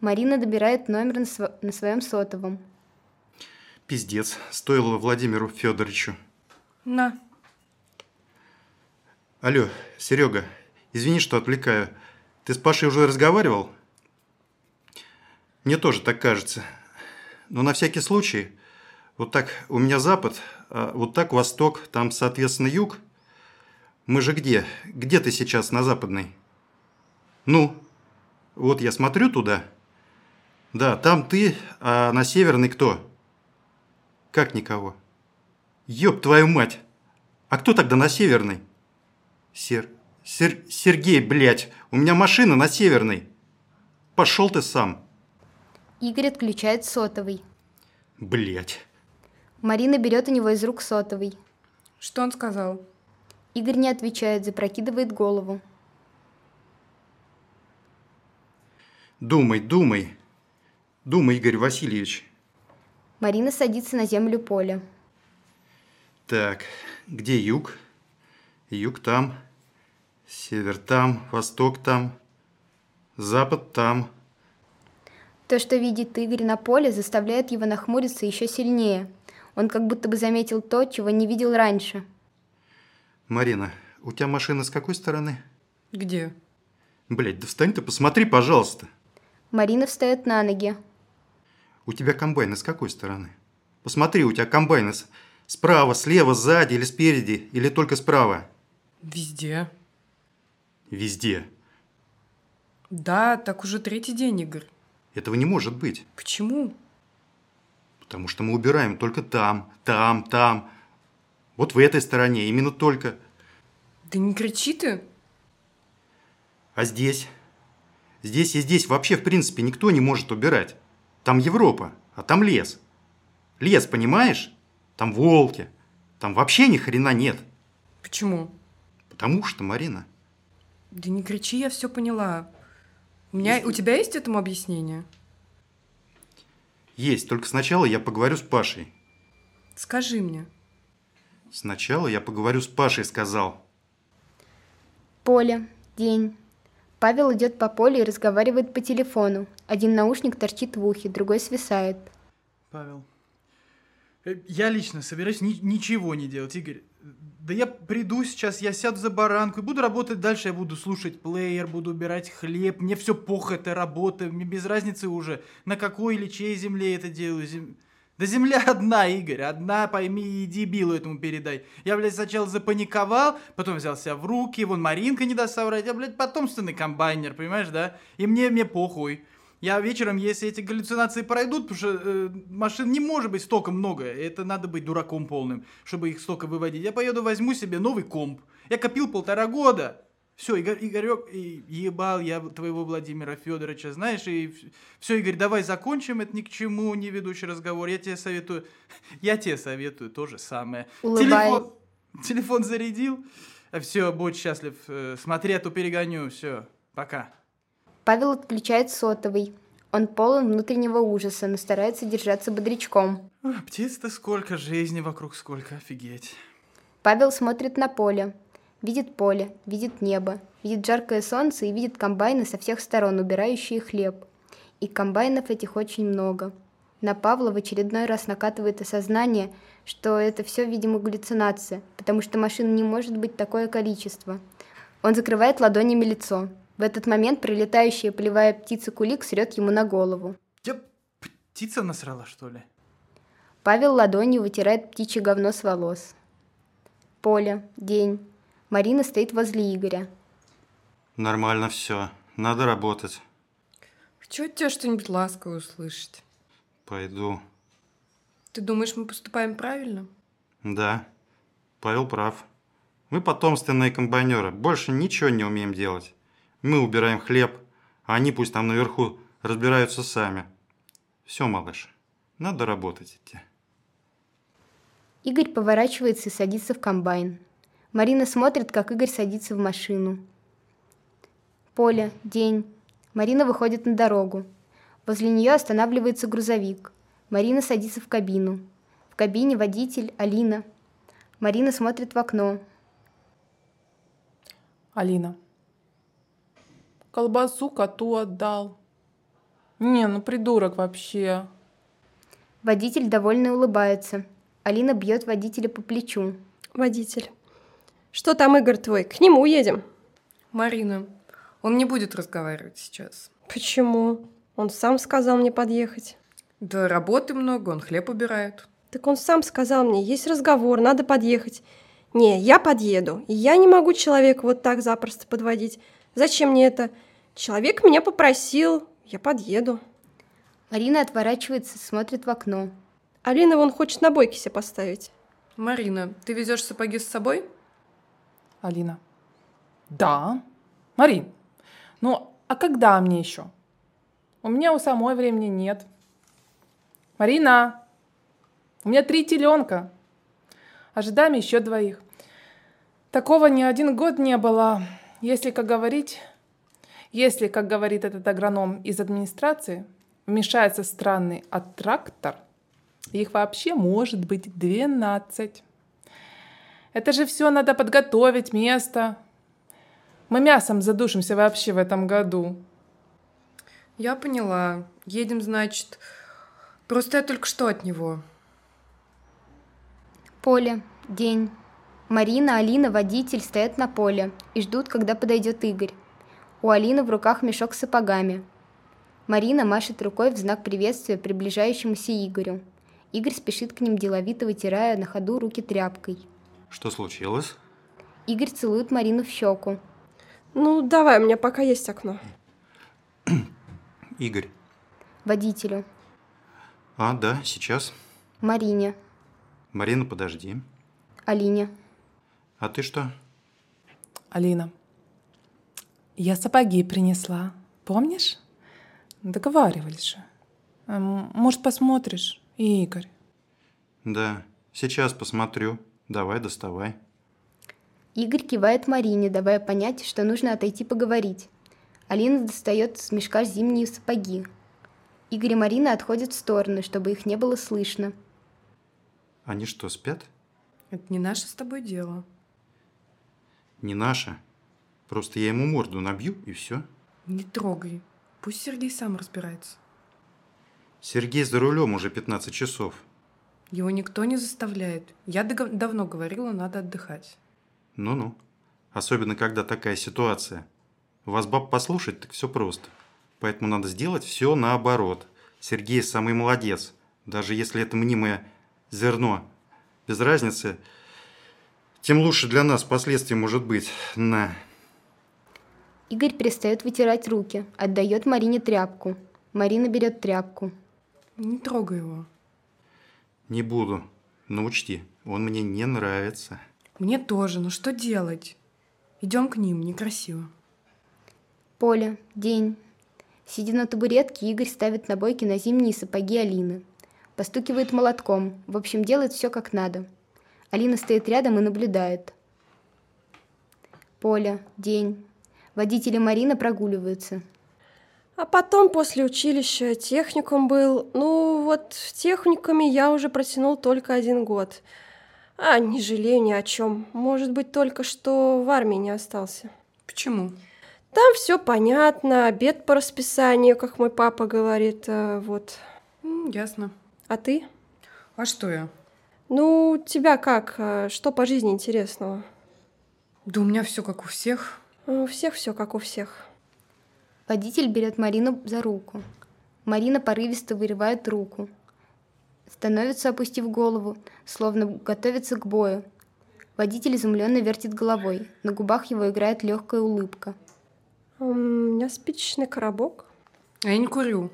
Speaker 3: Марина добирает номер на, сво- на своем сотовом.
Speaker 5: Пиздец, стоило Владимиру Федоровичу.
Speaker 4: На.
Speaker 5: Алло, Серега, извини, что отвлекаю. Ты с Пашей уже разговаривал? Мне тоже так кажется. Но на всякий случай, вот так у меня запад, а вот так восток, там, соответственно, юг. Мы же где? Где ты сейчас на западной? Ну, вот я смотрю туда. Да, там ты, а на северной кто? Как никого? Ёб твою мать! А кто тогда на северной? Сер... Сер... Сергей, блядь, у меня машина на северной. Пошел ты сам.
Speaker 3: Игорь отключает сотовый.
Speaker 5: Блядь.
Speaker 3: Марина берет у него из рук сотовый.
Speaker 4: Что он сказал?
Speaker 3: Игорь не отвечает, запрокидывает голову.
Speaker 5: Думай, думай. Думай, Игорь Васильевич.
Speaker 3: Марина садится на землю поля.
Speaker 5: Так, где юг? Юг там. Север там, восток там. Запад там.
Speaker 3: То, что видит Игорь на поле, заставляет его нахмуриться еще сильнее. Он как будто бы заметил то, чего не видел раньше.
Speaker 5: Марина, у тебя машина с какой стороны?
Speaker 4: Где?
Speaker 5: Блядь, да встань ты, посмотри, пожалуйста.
Speaker 3: Марина встает на ноги.
Speaker 5: У тебя комбайны с какой стороны? Посмотри, у тебя комбайны с... справа, слева, сзади или спереди, или только справа?
Speaker 4: Везде.
Speaker 5: Везде.
Speaker 4: Да, так уже третий день, Игорь.
Speaker 5: Этого не может быть.
Speaker 4: Почему?
Speaker 5: Потому что мы убираем только там, там, там. Вот в этой стороне, именно только.
Speaker 4: Да не кричи ты.
Speaker 5: А здесь? Здесь и здесь вообще, в принципе, никто не может убирать. Там Европа, а там лес. Лес, понимаешь? Там волки. Там вообще ни хрена нет.
Speaker 4: Почему?
Speaker 5: Потому что, Марина,
Speaker 4: Да не кричи, я все поняла. У меня, у тебя есть этому объяснение?
Speaker 5: есть, только сначала я поговорю с Пашей.
Speaker 4: Скажи мне.
Speaker 5: Сначала я поговорю с Пашей, сказал.
Speaker 3: Поле. День. Павел идет по полю и разговаривает по телефону. Один наушник торчит в ухе, другой свисает.
Speaker 7: Павел. Э, Я лично собираюсь ни- ничего не делать, Игорь. Да я приду сейчас, я сяду за баранку и буду работать дальше. Я буду слушать плеер, буду убирать хлеб. Мне все пох, это работа. Мне без разницы уже, на какой или чьей земле это делаю. Зем- Да земля одна, Игорь, одна, пойми, и дебилу этому передай. Я, блядь, сначала запаниковал, потом взял себя в руки, вон Маринка не даст соврать, я, блядь, потомственный комбайнер, понимаешь, да? И мне, мне похуй. Я вечером, если эти галлюцинации пройдут, потому что э, машин не может быть столько много, это надо быть дураком полным, чтобы их столько выводить. Я поеду, возьму себе новый комп. Я копил полтора года. Все, Игорек, ебал я твоего Владимира Федоровича, знаешь, и все, Игорь, давай закончим, это ни к чему не ведущий разговор. Я тебе советую, я тебе советую то же самое.
Speaker 3: Улыбаясь.
Speaker 7: Телефон, телефон зарядил. Все, будь счастлив. э, Смотри, а то перегоню. Все, пока.
Speaker 3: Павел отключает сотовый. Он полон внутреннего ужаса, но старается держаться бодрячком.
Speaker 7: А, Птиц-то сколько, жизни вокруг сколько, офигеть.
Speaker 3: Павел смотрит на поле. Видит поле, видит небо, видит жаркое солнце и видит комбайны со всех сторон, убирающие хлеб. И комбайнов этих очень много. На Павла в очередной раз накатывает осознание, что это все, видимо, галлюцинация, потому что машин не может быть такое количество. Он закрывает ладонями лицо. В этот момент прилетающая полевая птица кулик срет ему на голову.
Speaker 7: Тебя птица насрала, что ли?
Speaker 3: Павел ладонью вытирает птичье говно с волос. Поле. День. Марина стоит возле Игоря.
Speaker 5: Нормально все. Надо работать.
Speaker 4: Хочу от тебя что-нибудь ласковое услышать.
Speaker 5: Пойду.
Speaker 4: Ты думаешь, мы поступаем правильно?
Speaker 5: Да, Павел прав. Мы потомственные комбайнеры, больше ничего не умеем делать. Мы убираем хлеб, а они пусть там наверху разбираются сами. Все, малыш, Надо работать идти.
Speaker 3: Игорь поворачивается и садится в комбайн. Марина смотрит, как Игорь садится в машину. Поле, день. Марина выходит на дорогу. Возле нее останавливается грузовик. Марина садится в кабину. В кабине водитель Алина. Марина смотрит в окно.
Speaker 9: Алина. Колбасу коту отдал. Не, ну придурок вообще.
Speaker 3: Водитель довольно улыбается. Алина бьет водителя по плечу.
Speaker 6: Водитель. Что там, Игорь твой? К нему едем.
Speaker 4: Марина. Он не будет разговаривать сейчас.
Speaker 6: Почему? Он сам сказал мне подъехать.
Speaker 4: Да работы много, он хлеб убирает.
Speaker 6: Так он сам сказал мне, есть разговор, надо подъехать. Не, я подъеду. И Я не могу человека вот так запросто подводить. Зачем мне это? Человек меня попросил, я подъеду.
Speaker 3: Марина отворачивается, смотрит в окно.
Speaker 6: Алина вон хочет на бойке себе поставить.
Speaker 4: Марина, ты везешь сапоги с собой?
Speaker 9: Алина. Да. Марин, ну а когда мне еще? У меня у самой времени нет. Марина, у меня три теленка. Ожидаем еще двоих. Такого ни один год не было. Если, как говорить, если, как говорит этот агроном из администрации, вмешается странный аттрактор, их вообще может быть 12. Это же все надо подготовить, место. Мы мясом задушимся вообще в этом году.
Speaker 4: Я поняла. Едем, значит. Просто я только что от него.
Speaker 3: Поле, день. Марина, Алина, водитель стоят на поле и ждут, когда подойдет Игорь. У Алины в руках мешок с сапогами. Марина машет рукой в знак приветствия приближающемуся Игорю. Игорь спешит к ним, деловито вытирая на ходу руки тряпкой.
Speaker 5: Что случилось?
Speaker 3: Игорь целует Марину в щеку.
Speaker 6: Ну, давай, у меня пока есть окно.
Speaker 5: Игорь.
Speaker 3: Водителю.
Speaker 5: А, да, сейчас.
Speaker 3: Марине.
Speaker 5: Марина, подожди.
Speaker 3: Алине.
Speaker 5: А ты что?
Speaker 9: Алина, я сапоги принесла. Помнишь? Договаривались же. Эм, Может, посмотришь, Игорь?
Speaker 5: Да, сейчас посмотрю. Давай, доставай.
Speaker 3: Игорь кивает Марине, давая понять, что нужно отойти поговорить. Алина достает с мешка зимние сапоги. Игорь и Марина отходят в стороны, чтобы их не было слышно.
Speaker 5: Они что, спят?
Speaker 4: Это не наше с тобой дело.
Speaker 5: Не наша. Просто я ему морду набью и все.
Speaker 4: Не трогай. Пусть Сергей сам разбирается.
Speaker 5: Сергей за рулем уже 15 часов.
Speaker 4: Его никто не заставляет. Я догов- давно говорила, надо отдыхать.
Speaker 5: Ну-ну. Особенно, когда такая ситуация. Вас баб послушать, так все просто. Поэтому надо сделать все наоборот. Сергей самый молодец. Даже если это мнимое зерно. Без разницы. Тем лучше для нас последствий может быть. На.
Speaker 3: Игорь перестает вытирать руки, отдает Марине тряпку. Марина берет тряпку.
Speaker 4: Не трогай его.
Speaker 5: Не буду. Но учти, он мне не нравится.
Speaker 4: Мне тоже, ну что делать? Идем к ним, некрасиво.
Speaker 3: Поле, день. Сидя на табуретке, Игорь ставит набойки на зимние сапоги Алины. Постукивает молотком, в общем, делает все как надо. Алина стоит рядом и наблюдает. Поле, день. Водители Марина прогуливаются.
Speaker 6: А потом после училища техникум был. Ну вот в техникуме я уже протянул только один год. А не жалею ни о чем. Может быть, только что в армии не остался.
Speaker 4: Почему?
Speaker 6: Там все понятно, обед по расписанию, как мой папа говорит, э, вот.
Speaker 4: М, ясно.
Speaker 6: А ты?
Speaker 4: А что я?
Speaker 6: Ну, тебя как? э, Что по жизни интересного? Э,
Speaker 4: Да у меня все как у всех.
Speaker 6: У всех все как у всех.
Speaker 3: Водитель берет Марину за руку. Марина порывисто вырывает руку. Становится, опустив голову, словно готовится к бою. Водитель изумленно вертит головой. На губах его играет легкая улыбка.
Speaker 6: М, У меня спичечный коробок.
Speaker 4: А я не курю.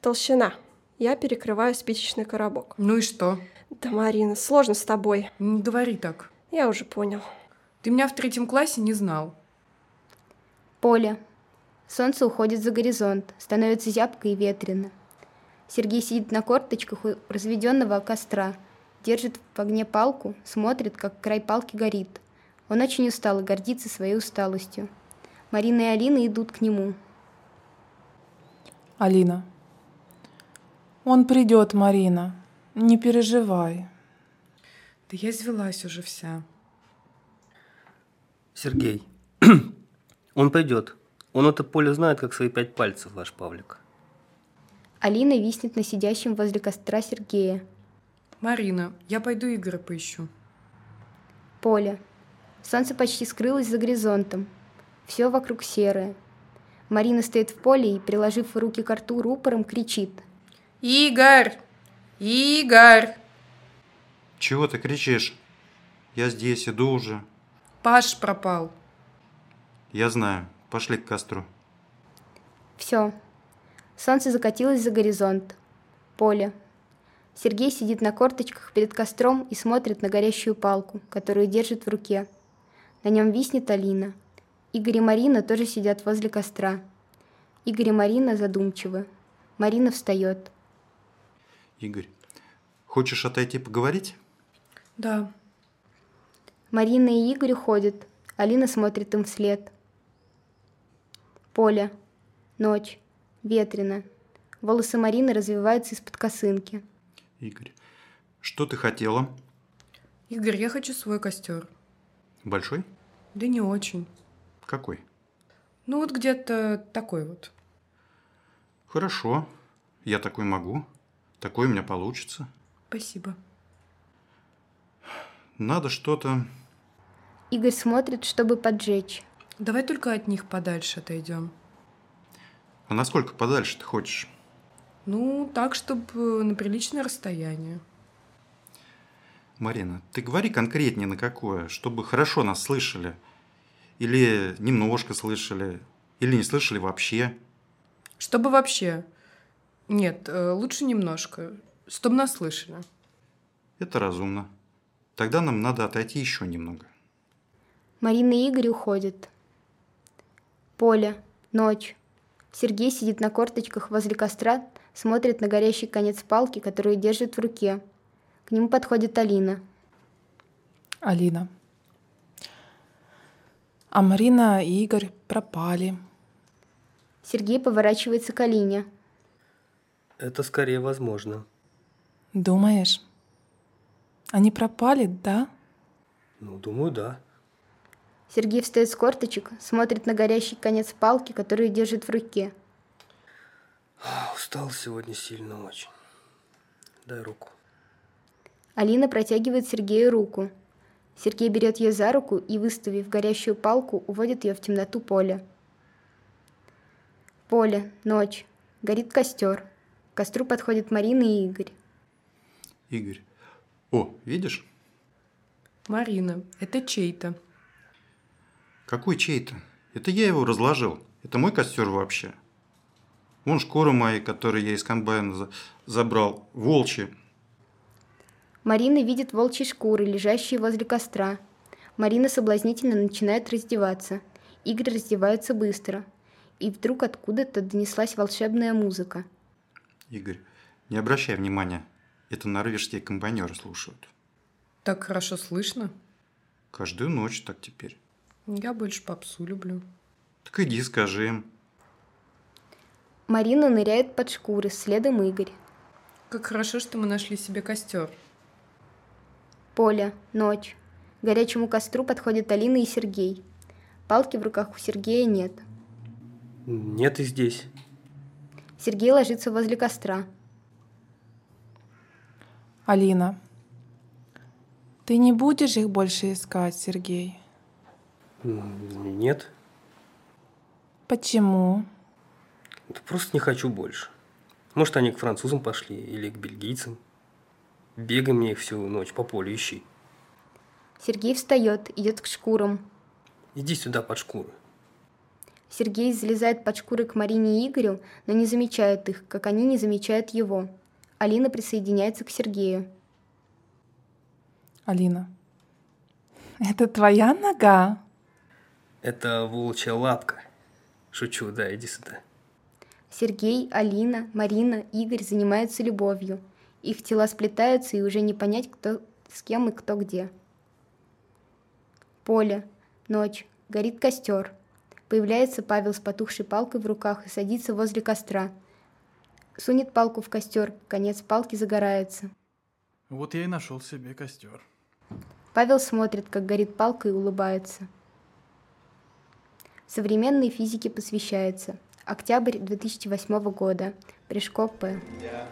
Speaker 6: Толщина. Я перекрываю спичечный коробок.
Speaker 4: Ну и что?
Speaker 6: Да, Марина, сложно с тобой.
Speaker 4: Не говори так.
Speaker 6: Я уже понял.
Speaker 4: Ты меня в третьем классе не знал.
Speaker 3: Поле. Солнце уходит за горизонт, становится зябко и ветрено. Сергей сидит на корточках у разведенного костра, держит в огне палку, смотрит, как край палки горит. Он очень устал и гордится своей усталостью. Марина и Алина идут к нему.
Speaker 9: Алина. Он придет, Марина. Не переживай.
Speaker 4: Да я извелась уже вся.
Speaker 8: Сергей. Он пойдет. Он это поле знает, как свои пять пальцев, ваш Павлик.
Speaker 3: Алина виснет на сидящем возле костра Сергея.
Speaker 4: Марина, я пойду Игоря поищу.
Speaker 3: Поле. Солнце почти скрылось за горизонтом. Все вокруг серое. Марина стоит в поле и, приложив руки к рту рупором, кричит.
Speaker 4: Игорь! Игорь!
Speaker 5: Чего ты кричишь? Я здесь, иду уже.
Speaker 4: Паш пропал.
Speaker 5: Я знаю. Пошли к костру.
Speaker 3: Все. Солнце закатилось за горизонт. Поле. Сергей сидит на корточках перед костром и смотрит на горящую палку, которую держит в руке. На нем виснет Алина. Игорь и Марина тоже сидят возле костра. Игорь и Марина задумчивы. Марина встает.
Speaker 5: Игорь, хочешь отойти поговорить?
Speaker 4: Да.
Speaker 3: Марина и Игорь уходят. Алина смотрит им вслед. Поле. Ночь. Ветрено. Волосы Марины развиваются из-под косынки.
Speaker 5: Игорь, что ты хотела?
Speaker 4: Игорь, я хочу свой костер.
Speaker 5: Большой?
Speaker 4: Да не очень.
Speaker 5: Какой?
Speaker 4: Ну вот где-то такой вот.
Speaker 5: Хорошо. Я такой могу. Такой у меня получится.
Speaker 4: Спасибо.
Speaker 5: Надо что-то...
Speaker 3: Игорь смотрит, чтобы поджечь.
Speaker 4: Давай только от них подальше отойдем.
Speaker 5: А насколько подальше ты хочешь?
Speaker 4: Ну, так, чтобы на приличное расстояние.
Speaker 5: Марина, ты говори конкретнее на какое, чтобы хорошо нас слышали. Или немножко слышали, или не слышали вообще.
Speaker 4: Чтобы вообще... Нет, э, лучше немножко. Чтобы нас слышали.
Speaker 5: Это разумно. Тогда нам надо отойти еще немного.
Speaker 3: Марина и Игорь уходят. Поле. Ночь. Сергей сидит на корточках возле костра, смотрит на горящий конец палки, которую держит в руке. К нему подходит Алина.
Speaker 9: Алина. А Марина и Игорь пропали.
Speaker 3: Сергей поворачивается к Алине.
Speaker 8: Это скорее возможно.
Speaker 9: Думаешь? Они пропали, да?
Speaker 8: Ну, думаю, да.
Speaker 3: Сергей встает с корточек, смотрит на горящий конец палки, которую держит в руке.
Speaker 8: Устал сегодня сильно очень. Дай руку.
Speaker 3: Алина протягивает Сергею руку. Сергей берет ее за руку и, выставив горящую палку, уводит ее в темноту поля. Поле, ночь, горит костер. К костру подходят Марина и Игорь.
Speaker 5: Игорь. О, видишь?
Speaker 4: Марина, это чей-то.
Speaker 5: Какой чей-то? Это я его разложил. Это мой костер вообще. Вон шкуры мои, которые я из комбайна за- забрал. Волчи.
Speaker 3: Марина видит волчьи шкуры, лежащие возле костра. Марина соблазнительно начинает раздеваться. Игорь раздевается быстро. И вдруг откуда-то донеслась волшебная музыка.
Speaker 5: Игорь, не обращай внимания. Это норвежские комбайнеры слушают.
Speaker 4: Так хорошо слышно.
Speaker 5: Каждую ночь так теперь.
Speaker 4: Я больше попсу люблю.
Speaker 5: Так иди скажи им.
Speaker 3: Марина ныряет под шкуры, следом Игорь.
Speaker 4: Как хорошо, что мы нашли себе костер.
Speaker 3: Поле, ночь. К горячему костру подходят Алина и Сергей. Палки в руках у Сергея нет.
Speaker 8: Нет и здесь.
Speaker 3: Сергей ложится возле костра.
Speaker 9: Алина. Ты не будешь их больше искать, Сергей?
Speaker 8: М, Нет.
Speaker 9: Почему?
Speaker 8: Да Просто не хочу больше. Может, они к французам пошли или к бельгийцам. Бегай мне их всю ночь по полю, ищи.
Speaker 3: Сергей встает, идет к шкурам.
Speaker 8: Иди сюда под шкуру.
Speaker 3: Сергей залезает под шкуры к Марине и Игорю, но не замечает их, как они не замечают его. Алина присоединяется к Сергею.
Speaker 9: Алина. Это твоя нога?
Speaker 8: Это волчья лапка. Шучу, да, иди сюда.
Speaker 3: Сергей, Алина, Марина, Игорь занимаются любовью. Их тела сплетаются, и уже не понять, кто с кем и кто где. Поле. Ночь. Горит костер. Появляется Павел с потухшей палкой в руках и садится возле костра. Сунет палку в костер, конец палки загорается.
Speaker 7: Вот я и нашел себе костер.
Speaker 3: Павел смотрит, как горит палка и улыбается. Современной физике посвящается. Октябрь 2008 года. Пришко П.
Speaker 1: Я,